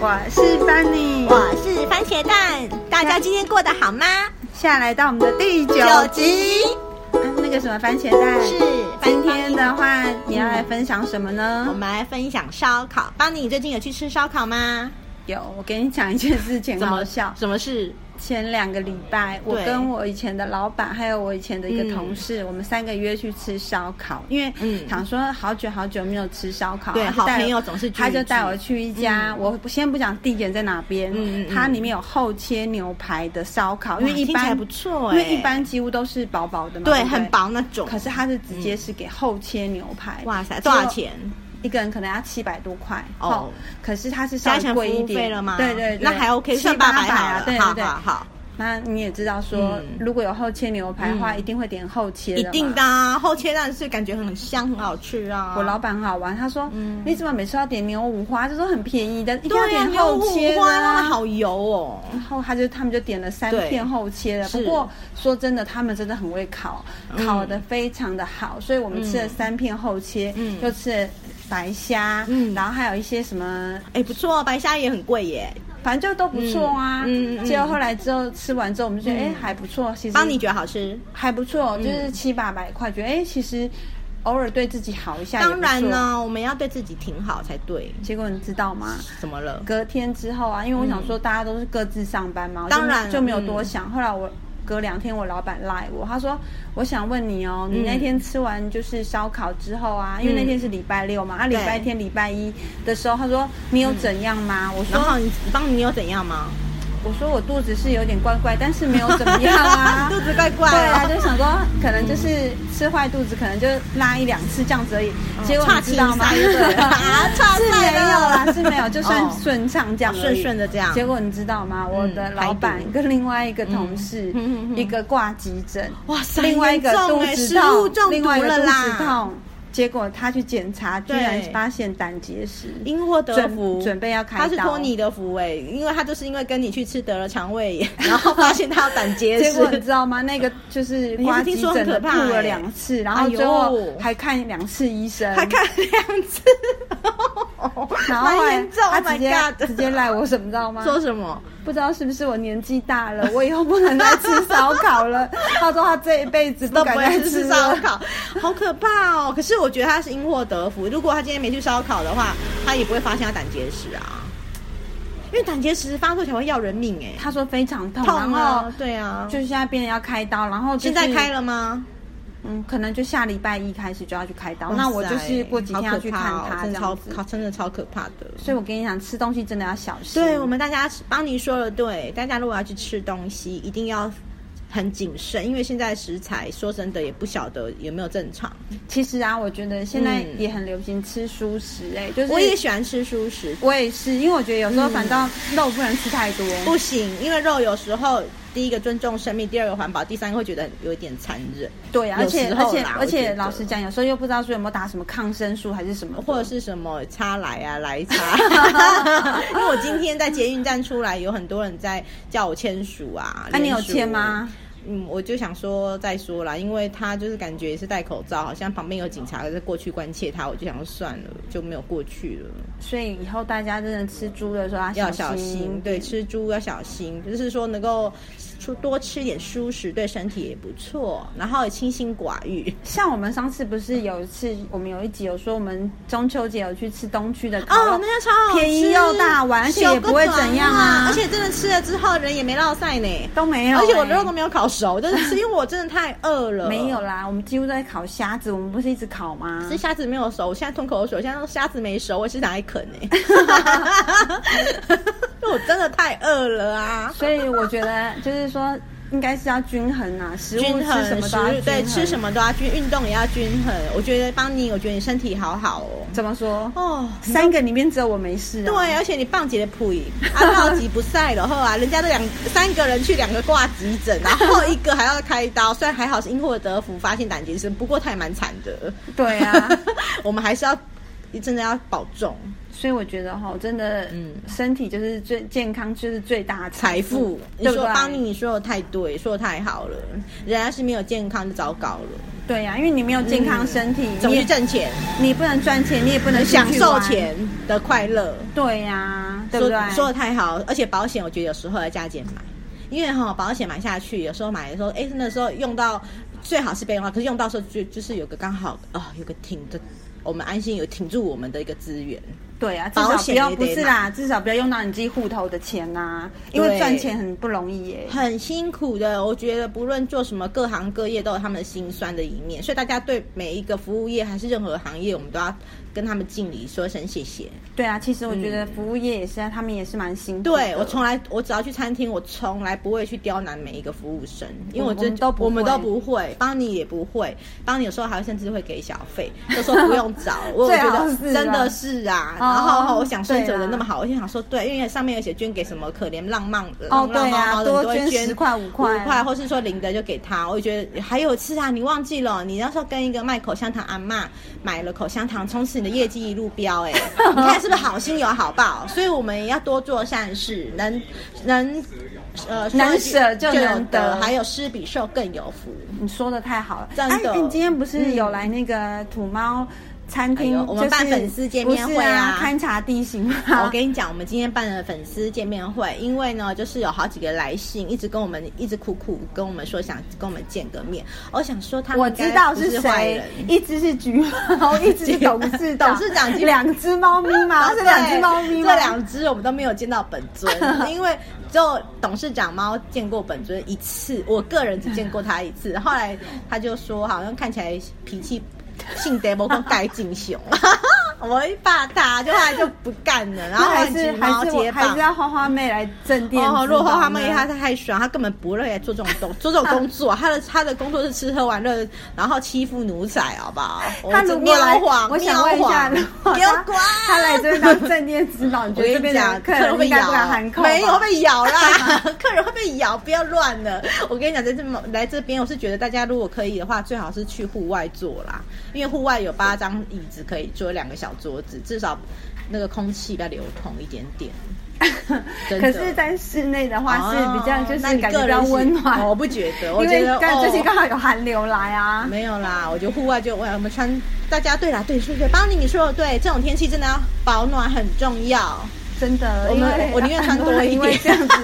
我是班尼，我是番茄蛋，大家今天过得好吗？现在来到我们的第九集。啊，那个什么番茄蛋，是今天的话，你要来分享什么我呢？们来分享烧烤。邦尼，你最近有去吃烧烤吗？有，我跟你讲一件事情，很好笑。什么事？前两个礼拜，我对跟我以前的老板，还有我以前的一个同事，我们三个约去吃烧烤，因为嗯想说好久好久没有吃烧烤，对他就带好朋友我总是聚他就一聚带我去一家，我不先不讲地点在哪边，嗯嗯嗯它里面有厚切牛排的烧烤，因为哇一听起来般不错因为哎一般几乎都是薄薄的嘛，对，不很。薄那种。可是它是直接是给厚切牛排，哇塞，多少？钱？一个人可能要七百多块哦哦，可是它是稍加微成服贵一务点费了吗？对对，对那还 OK，七算八百好啊了。，对好对对。好好，那你也知道说嗯，如果有厚切牛排的话，嗯一定会点厚切的，一定的。啊。后切蛋是感觉很香，很好吃啊。我老板很好玩，他说嗯：“你怎么每次要点牛五花？就说很便宜的，一定要对啊，点牛厚五切的花那啊。么好油哦。”然后他就他们就点了三对片厚切的。是不过说真的，他们真的很会烤，嗯烤的非常的好，所以我们吃了三片厚切嗯，又吃了白虾嗯，然后还有一些什么哎，不错，白虾也很贵耶。反正就都不错啊。嗯嗯嗯结果后来之后吃完之后，我们就觉得哎、嗯还不错，其实邦尼觉得好吃？还不错，嗯就是七八百块，觉得哎其实偶尔对自己好一下也不当错然。呢，我们要对自己挺好才对。结果你知道吗？怎么了？隔天之后啊，因为我想说大家都是各自上班嘛，我就嗯当然嗯就没有多想。后来我。隔两天，我老板赖我，他说：“我想问你哦，嗯你那天吃完就是烧烤之后啊，因为那天是礼拜六嘛，啊，礼拜天、礼拜一的时候，他说你嗯有怎样吗？”我说然：“后你邦尼有怎样吗？我说我肚子是有点怪怪，但是没有怎么样啊。 肚子怪怪哦对啊，就想说可能就是吃坏肚子，可能就拉一两次这样子而已。结果岔你气知道吗？一下就对了 啊岔是赛没有啦，了是没有，就算哦顺畅这样而已，顺顺的这样结果你知道吗？我的嗯老板排毒跟另外一个同事嗯嗯嗯，嗯一个挂急诊，哇塞另外一个严重肚欸子食物中痛，另毒外一个了肚啦子痛。结果他去检查，居对然发现胆结石。因祸得福，准准备要开刀他是托你的福哎、因为他就是因为跟你去吃得了肠胃炎， 然后发现他有胆 结结石果，你知道吗？那个就是刮急诊的吐欸了两次，然后最后还看两次医生，他哎看两 次，然后后蛮来严重他，Oh 直 my 接 God！直接赖我什么，知道吗？ 说什么？不知道是不是我年纪大了，我以后不能再吃烧烤了。他说他这一辈子都不敢不会再去吃烧了。烤，好可怕哦！可是我觉得他是因祸得福，如果他今天没去烧烤的话，他也不会发现他胆结石啊，因为胆结石发作才会要人命哎、他说非常痛，痛然后啊，对啊，就是现在变得要开刀，然后就是现在开了吗？嗯，可能就下礼拜一开始就要去开刀。哇塞那我就是过几天要去看好可怕他哦这真的超样子。可真的超可怕的。所以我跟你讲，吃东西真的要小心。对我们大家帮你说了，对大家如果要去吃东西，一定要很谨慎，因为现在食材说真的也不晓得有没有正常。其实啊，我觉得现在嗯也很流行吃蔬食、哎，就是我也喜欢吃蔬食，我也是，因为我觉得有时候反倒嗯肉不能吃太多。不行，因为肉有时候第一个尊重生命，第二个环保，第三个会觉得很有一点残忍，对啊，而且有时而候且啦而我觉且，得老实讲，有时候又不知道说有没有打什么抗生素还是什么，或者是什么擦来啊 来擦。因为我今天在捷运站出来，有很多人在叫我签署啊。那、你有联署签吗？？嗯，我就想说再说啦，因为他就是感觉也是戴口罩，好像旁边有警察在过去关切他，我就想说算了，就没有过去了。所以以后大家真的吃猪的时候要啊小小心，对，吃猪要小心，就是说能够出多吃一点蔬食，对身体也不错，然后也清心寡欲。像我们上次不是有一次，我们有一集有说我们中秋节有去吃东区的烤肉哦，那家超好吃便宜又大碗，而且也不会怎样啊，而且真的吃了之后人也没落晒呢，都没有、而且我哎肉都没有烤熟，但是吃，因为我真的太饿了，没有啦，我们几乎都在烤虾子，我们不是一直烤吗？是虾子没有熟，我现在吞口水，我现在虾子没熟，我也是拿来啃 哎、我真的太饿了 啊！所以我觉得就是说，应该是要 均衡啊，食物均吃什衡，么食都要物对吃什么？么都要均，运动也要均衡。我觉得邦尼，我觉得你身体好好哦。怎么说？哦，三个里面只有我没事、啊。对，而且你棒姐的谱，啊，暴吉不赛了后啊， 人家都两三个人去两个挂急诊，然后一个还要开刀，虽然还好是因祸得福，发现胆结 石，不过他也蛮惨的。对啊，我们还是要真的要保重。 所以我觉得哈，真的，嗯嗯，身体就是最健康，就是最大的财富富，，嗯你对不说对？帮你，你说的太对，说的太好了，人家是没有健康就糟糕了，对啊呀、因为你没有健康身体，怎你么去也挣钱，你不能赚钱，你也不能出去享受玩，钱的快乐，对呀、对不说对？说的太好，而且保险我觉得有时候要加减买，因为哈、保险买下去，有时候买的时候，哎，那时候用到最好是备用到，可是用到时候就就是有个刚好啊、有个挺着我们安心有挺住我们的一个资源，对啊，至保少不险要也不得是啦，至少不要用到你自己户头的钱呐、因为对赚钱很不容易耶、很辛苦的。我觉得不论做什么，各行各业都有他们的辛酸的一面，所以大家对每一个服务业还是任何行业，我们都要跟他们敬礼，说声谢谢。对啊，其实我觉得服务业也是，啊他们也是蛮辛苦的。嗯对我从来，我只要去餐厅，我从来不会去刁难每一个服务生，因为我我真我们都不我们会都不会，帮你也不会，帮你有时候还会甚至会给小费，就说不用 找。我我最觉好得是真的啦是啊，哦然后我想说对你怎么啦那么好，我就想说对，因为上面有写捐给什么可怜浪漫啊哦浪对浪啊猫猫的，你多都会捐捐10块五5块块，或是说零的就给他。我就觉得还有一次啊，你忘记了，你那时候跟一个卖口香糖阿嬷买了口香糖，从此你的业绩一路 飙哎、你看是不是好心有好报？所以我们也要多做善事，能能呃能说一句舍就有能得还有施比受更有福。你说的太好了，真的嗯哎，你今天不是有来那个土猫餐厅，哎呦我就们是办粉丝见面会啊不是啊，勘察地形吗？我跟你讲，我们今天办了粉丝见面会，因为呢，就是有好几个来信，一直跟我们一直苦苦跟我们说想跟我们见个面。我想说他们我应该知道不是是坏谁人，一只是橘 猫，一只是董事长，董事长基本两只猫咪吗？是 对两只猫咪吗？这两只我们都没有见到本 尊，因为只有董事长猫见过本尊一次，我个人只见过他一 次。后来他就说，好像看起来脾气性德不够盖 敬雄，我一骂他，就后来就不干了，那然后还换是橘猫还是接我还棒是。要花花妹来镇店之宝哦，呢。落后他们，因为他太爽，他根本不热爱做这种东 做这种工作，他的他的工作是吃喝玩乐，然后欺负奴才，好不好？他我如果喵来，皇，我想问一下，喵如果皇给我他滚！他来这边当镇店之宝，你觉我得这跟你边讲的，客客人人会应该不咬，敢喊扣吧，没有被咬 啦，客人会被咬，不要乱了。我跟你讲，在这么来这边，我是觉得大家如果可以的话，最好是去户外坐啦，因为户外有八张椅子可以坐，两个小桌子，至少那个空气比较流通一点点。 真的可是，在室内的话是哦比较就是那你感觉个比较人是哦温暖，我不觉得，我因觉为得刚最近哦刚好有寒流来啊。没有啦，我觉得户外就我我们穿，大家对啦，对，对对，帮你你说的对，这种天气真的要保暖很重要。真的，我因们为我宁愿穿多一点 因为这样子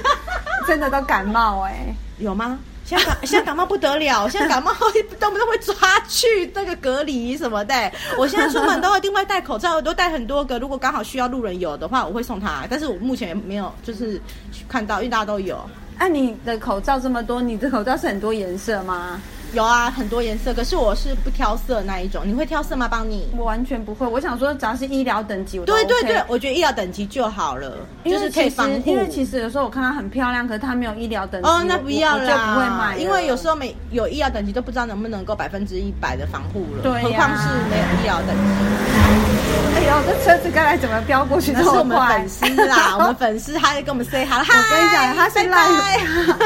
真的都感冒哎、有吗？现在感 现在感冒不 得了，现在感冒会动不动会抓去那个隔离什么的。我现在出门都会另外戴口罩，我都戴很多个。如果刚好需要路人有的话，我会送他。但是我目前没有，就是看到，因为大家都有，哎、你的口罩这么多，你的口罩是很多颜色吗？有啊，很多颜色。可是我是不挑色那一种，你会挑色吗？帮你。我完全不会，我想说只要是医疗等级我都、对 OK、对对，我觉得医疗等级就好了，因就为是可以其实防护。因为其实有时候我看它很漂亮，可是它没有医疗等级，哦，那我不要我就啦，不会买了，因为有时候没有医疗等级都不知道能不能够百分之一百的防护了，对呀何况是没有医疗等级。哎呦，这车子刚才怎么飙过去那这是么我们快？粉丝啦，我们粉丝他在跟我们 say 好了，我跟你讲，他是赖。烂，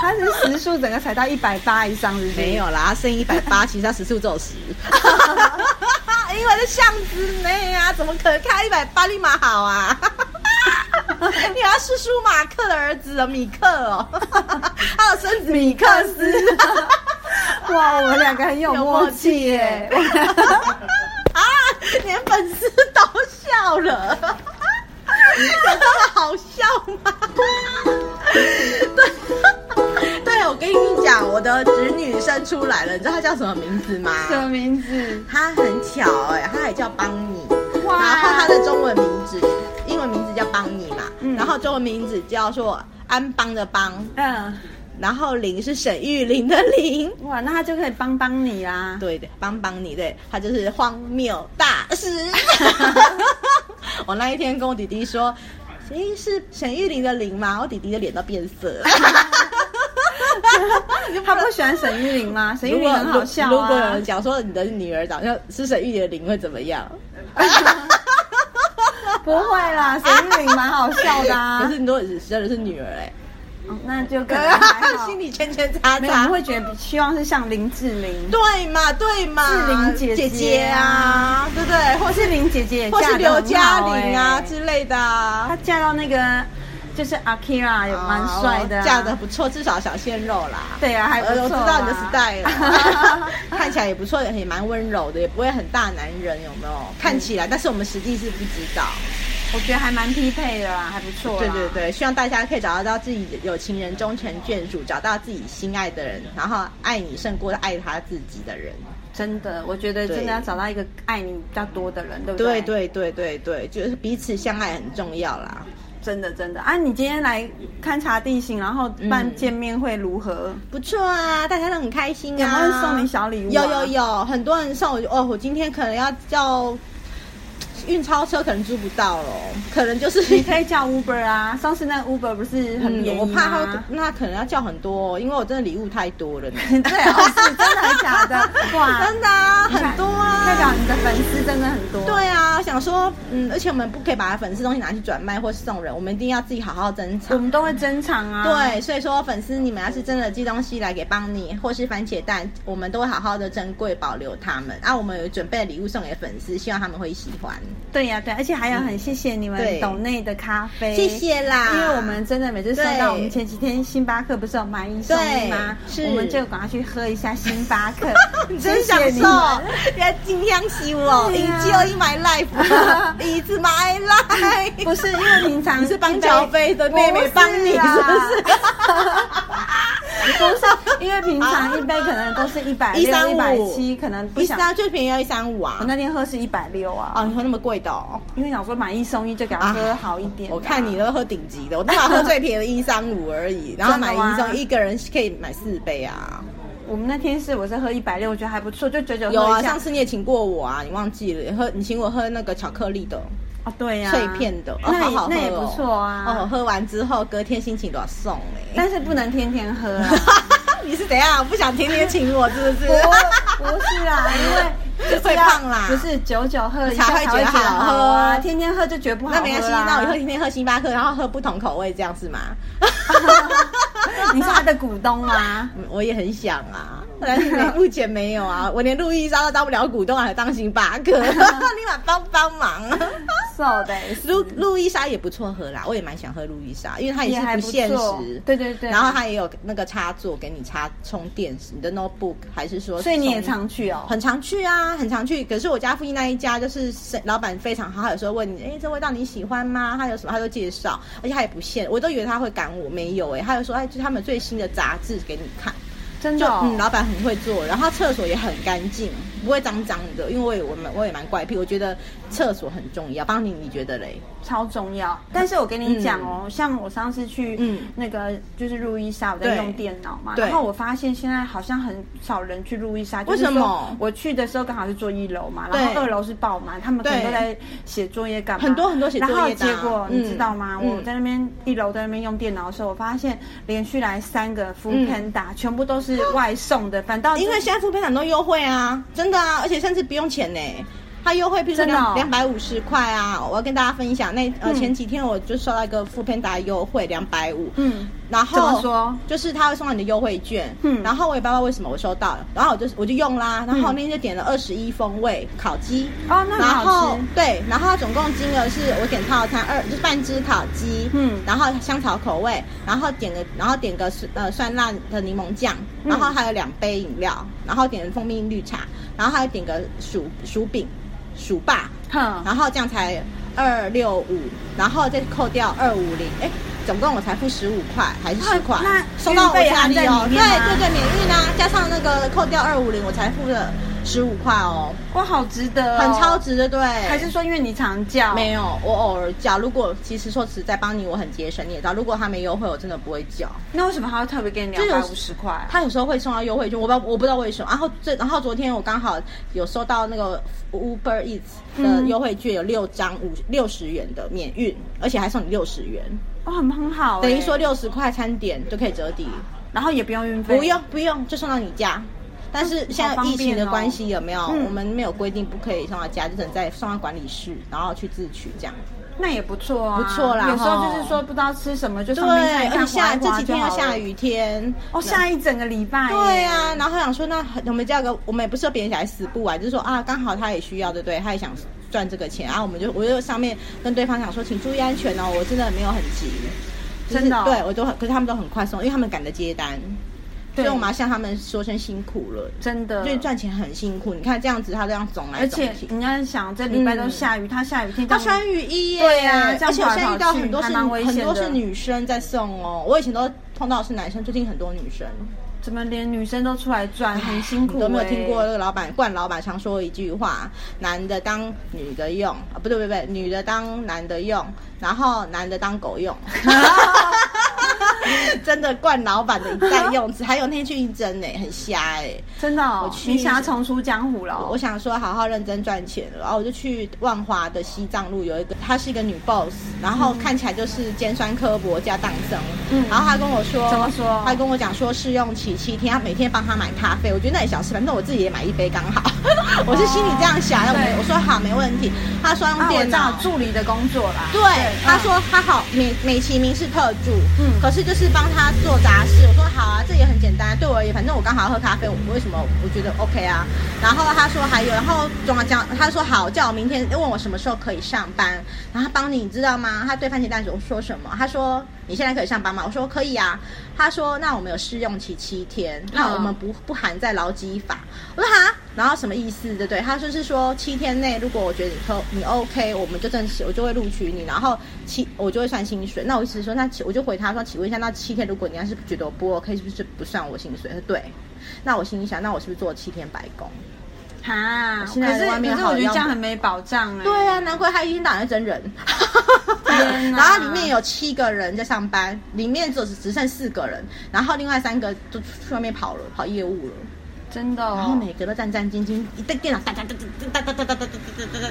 他是时速整个踩到一百八以上，是不是？没有啦，他剩一百八，其实他时速只有十。因为这巷子内啊，怎么可能开一百八立马好啊？因为他是舒马克的儿子米克哦，他的孙子米克斯。哇，我们两个很有默契耶！ 啊，连粉丝都笑了，有这么好笑吗？ 对，对，我跟你讲，我的侄女生出来了，你知道她叫什么名字吗？什么名字？她很巧哎、她也叫邦尼，哇然后她的中文名字，英文名字叫邦尼嘛，嗯然后中文名字叫做安邦的邦，嗯，然后林是沈玉玲的玲。哇，那他就可以帮帮你啦。对的，帮帮你，对他就是荒谬大师。 我那一天跟我弟弟说，诶，是沈玉玲的玲吗？我弟弟的脸都变色了。 他不喜欢沈玉玲吗？沈玉如果玲很好笑如 果有啊人。讲说你的女儿长相是沈玉玲的玲会怎么样？不会啦，沈玉玲蛮好笑的可啊 是。你如果是真的是女儿哎、哦那就啊可能还好心。里圈圈叉没有，我叉们。会觉得希望是像林志玲，对嘛，对嘛，志玲姐姐姐啊啊，对不对？或或是是林姐姐也或是嫁得刘很嘉好玲啊欸之类的啊，她嫁到那个就是 Akira 也蛮帅的啊、哦嫁的不错，至少小鲜肉啦。对啊，还不呃错、啊。我知道你的 style，了 看起来也不错，也蛮温柔的，也不会很大男人，有没有？嗯看起来，但是我们实际是不知道。我觉得还蛮匹配的啊啦，还不错。对对，对，希望大家可以找得到自己有情人终成眷属，找到自己心爱的人，然后爱你胜过爱他自己的人。真的，我觉得对真的要找到一个爱你比较多的人，对不对对？，对对对对，就是彼此相爱很重要啦。真的真的啊！你今天来勘察地形，然后办嗯见面会如何？不错啊，大家都很开心啊。有没有人送你小礼物啊有有有，很多人送我。哦，我今天可能要叫运钞车，可能租不到了，可能就是你可以叫 Uber 啊，上次那个 Uber 不是很便宜 嗯我怕他会吗，那可能要叫很多、哦，因为我真的礼物太多了呢。 你最好哦是真的还假 的？哇，真的啊，你看很多啊，代表你的粉丝真的很多。对啊，想说，嗯，而且我们不可以把粉丝东西拿去转卖或是送人，我们一定要自己好好珍我藏。们都会珍藏啊。对，所以说粉丝你们要是真的寄东西来给邦尼或是番茄蛋，我们都会好好的珍贵保留他们。啊，我们有准备礼物送给粉丝，希望他们会喜欢。对呀、对，而且还有很谢谢你们对抖内的咖啡，谢谢啦，因为我们真的每次收对到，我们前几天星巴克不是有买一送一吗？对是，我们就赶快去喝一下星巴克 真享谢谢你受们。，要尽量喜我对啊，enjoy my life，is my life。不是因为平常你是邦乔飞的妹啊妹帮你，是不是？是？不是，因为平常一杯可能都是一百六、一百135七，可能不一想。三最便宜要一三五啊我！那天喝是一百六啊，哦，你喝那么贵的哦？因为想说买一送一就给他喝好一点的啊、我看你都喝顶级的，我至少喝最便宜的一三五 而已，然后买一真的送吗一个人可以买四杯啊。我们那天是我是喝一百六，我觉得还不错，就九九有喝啊，一下上次你也请过我啊，你忘记了？喝你请我喝那个巧克力的啊，对呀、碎片的，哦那也、好好喝哦那也不错啊。哦，喝完之后隔天心情都要送哎。但是不能天天喝啊。你是怎样不想天天请我是不是？不不是啊，因为就是会要胖啦不是久久喝一下才才会觉得会觉得好好喝啊，天天喝就觉得不好喝那没关系，那我以后以天天喝星巴克，然后喝不同口味，这样是吗？后 你是他的股东 吗？嗯我也很想啊，但是没目前没 有啊，我连路易莎都当不了股东，还当星巴克，你们帮帮 忙。瘦的，路路易莎也不错喝啦，我也蛮想喝路易莎，因为它也还是不限错时，，对对对。然后，它也有那个插座给你插充电，你的 notebook 还是说，所以你也。常去哦。很常去啊，很常去。可是我家附近那一家就是是老板非常好，他有时候问你，哎、这味道你喜欢吗？他有什么他就介绍，而且他也不限，我都以为他会赶我，没有哎、他就说，哎，就是他们最新的杂志给你看，真就的、哦，嗯，老板很会做，然后厕所也很干净，不会脏脏的。因为我也我们我也蛮怪癖，我觉得厕所很重要。帮你你觉得嘞？超重要。但是我跟你讲哦，像我上次去嗯那个就是路易莎，我在对用电脑嘛，对然后我发现现在好像很少人去路易莎，为什么就是说我去的时候刚好是坐一楼嘛，然对后二楼是爆满，他们可能对都在写作业干嘛，很多很多写作业的然后啊结果嗯你知道吗？嗯我在那边一楼在那边用电脑的时候，我发现连续来三个 f o o 嗯 Panda，全部都是外送的，反倒因为现在副片很多优惠啊，真的啊，而且甚至不用钱呢、它优惠，譬如说真的两哦两百五十块啊，我要跟大家分享。那呃嗯前几天我就收到一个副片达优惠两百五，嗯，然怎后么说？就是他会送到你的优惠券，嗯然后我也不知道为什么我收到了，然后我就我就用啦，然后嗯那天就点了二十一风味烤鸡，哦那很然好后吃对，然后它总共金额是我点套餐二，就是半只烤鸡，嗯然后香草口味，然后点个然后点个酸呃酸辣的柠檬酱，然后嗯还有两杯饮料，然后点蜂蜜绿茶，然后还有点个薯薯饼薯霸，哼，然后这样才二六五，然后再扣掉二五零，哎，总共我才付十五块还是十块？啊那收到我家里运费哦，含在对里面吗对对，免运啊，加上那个扣掉二五零，我才付了十五块哦，哇，好值得、哦，很超。值的，对。还是说因为你常叫？没有，我偶尔叫。如果其实说实在，帮你我很节省，你也知道。如果他没优惠，我真的不会叫。那为什么还要特别给你这两有百五十块啊？他有时候会送到优惠券，我不知道我不知道为什么。然后这然后昨天我刚好有收到那个 Uber Eats 的嗯优惠券，有六张五六十元的免运，而且还送你六十元，哦，很很好欸、等于说六十块餐点就可以折抵，然后也不用运费，不用不用就送到你家。但是现在好方疫情便的哦关系，有没有、嗯我们没有规定不可以送到家，就只能在送到管理室，然后去自取这样。那也不错啊，不错啦有时候就吼是说不知道吃什么，就对，上面看一而且看下滑一这滑几就天又好了下。雨天，哦，下一整个礼拜。对啊，，然后想说，那我们叫个，我们也不是说别人小孩死不完，就是说啊，刚好他也需要，对不对？他也想赚这个钱，啊然、后我们就我就上面跟对方讲说，请注意安全哦，我真的没有很急，就是真的哦对我都很，可是他们都很快送，因为他们赶着接单，所以我们要向他们说声辛苦了。真的因。为赚钱很辛苦，你看这样子，他这样总来而总且嗯去，你要想，这礼拜都下雨，他下雨天嗯他这样穿雨衣耶，对啊这样而且我跑来现在遇跑到去很多是还蛮危很险多的是女生在送哦，我以前都碰到的是男生，最近很多女生。怎么连女生都出来赚，很辛苦、你欸。都没有听过那个老板冠老板常说一句话：男的当女的用啊，不对不对不对，女的当男的用，然后男的当狗 用。真的冠老板的一代用词，还有那天去应征呢，很瞎哎、真的、我哦，去你想要重出江湖了、哦我我想说好好认真赚钱，然后我就去万华的西藏路有一个，她是一个女 boss，然后看起来就是尖酸刻薄加荡生，嗯然后她跟我说，怎么说她跟我讲说试用期七天，她每天帮她买咖啡，我觉得那也小事，反正我自己也买一杯刚好， 我是心里这样想，我哦对我说好没问题，她说用啊，我电知脑。道助理的工作啦。对，她说她好美美其名是特助，嗯可是就是帮她做杂事。我说好啊，这也很简单，对我而言，反正我刚好要喝咖啡，我为什么我觉得 OK 啊？然后她说还有，然后总讲她说好，叫我明天问我什么时候可以上班，然后她帮你，你知道吗？她对番茄蛋总说什么？她说你现在可以上班吗？我说可以啊。她说那我们有试用期七天，那我们嗯不不含在劳基法。我说哈，然后什么意思？对不对？他就是说七天内，如果我觉得你可你 OK，我们就正式我就会录取你，然后七我就会算薪水。那我意思是说，那七我就回他说，请问一下，那七天如果你要是觉得我不 OK，是不是不算我薪水？他说对。那我心里想，那我是不是做七天白工？对，哈，现可在是外面可是好我觉得像这样很没保障哎、对啊，难怪他一天到晚在真人。天哪 然后里面有七个人在上班，里面只只剩四个人，然后另外三个都去外面跑了，跑业务了。真的、哦。然后每个都战战兢兢，一对电脑哒哒哒哒哒哒哒哒哒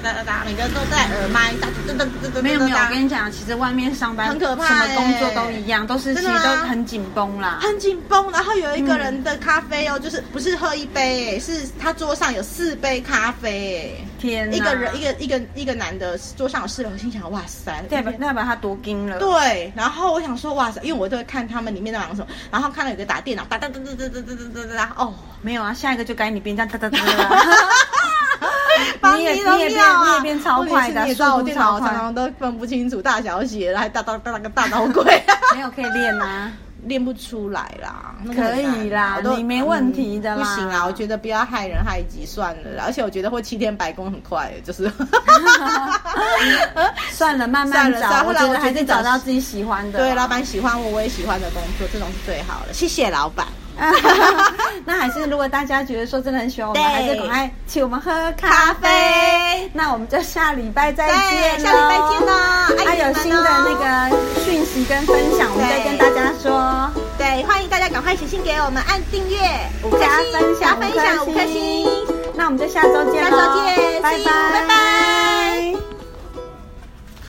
哒哒哒哒，每个都戴耳麦，哒哒哒哒哒哒。没有没有，我跟你讲，其实外面上班很可怕什欸么工作都一样，都是其真实的吗啊都很紧绷啦。很紧绷。然后有一个人的咖啡哦，就是不是喝一杯，是他桌上有四杯咖啡，天哪，一个人一个一个一个男的桌上有四杯，我心想哇塞，代表代表他多精了。对，然后我想说哇塞，因为我都会看他们里面在忙什么，然后看到有个打电脑，哒哒哒哒哒哒哒哒哒，哦，没有啊，下一个就该你变这样哒哒哒哒。 帮你你也的你也变料啊你也变超快的问题是你也知道我速度电脑超快常常都分不清楚大小写了，还大大大个 大刀鬼，没有可以练 啊，练不出来啦。那个可以很难啊啦我都嗯你没问题的啦不行啊啦，我觉得不要害人害己算了啦。而且我觉得会七天白工很快， 就是。啊算了，慢算慢了算了找，我后觉来得我还决是定找找到自己喜欢的。对，老板喜欢我，我也喜欢的工作，这种是最好的。谢谢老板。啊。 那还是如果大家觉得说真的很喜欢我们，对还是赶快请我们喝咖咖啡。啡，那我们就下礼拜再对，见，下礼拜见。喽！还爱你哎有们新的哦那个讯息跟分享，我们再跟大家说。对，欢迎大家赶快写信给我们，按订阅、五颗加星、分享加分享五颗星。那我们就下周见下喽，周见，拜拜，拜拜。